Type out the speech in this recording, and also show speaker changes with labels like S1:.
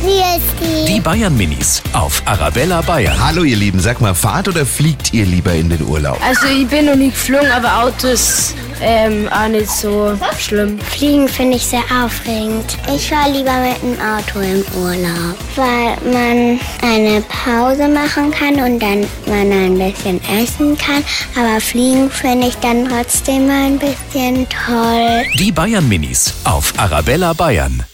S1: Hier ist
S2: Die Bayern Minis auf Arabella Bayern.
S3: Hallo ihr Lieben, sag mal, fahrt oder fliegt ihr lieber in den Urlaub?
S4: Also ich bin noch nie geflogen, aber Auto ist ähm, auch nicht so schlimm.
S1: Fliegen finde ich sehr aufregend. Ich fahre lieber mit dem Auto im Urlaub, weil man eine Pause machen kann und dann man ein bisschen essen kann. Aber Fliegen finde ich dann trotzdem ein bisschen toll.
S2: Die Bayern Minis auf Arabella Bayern.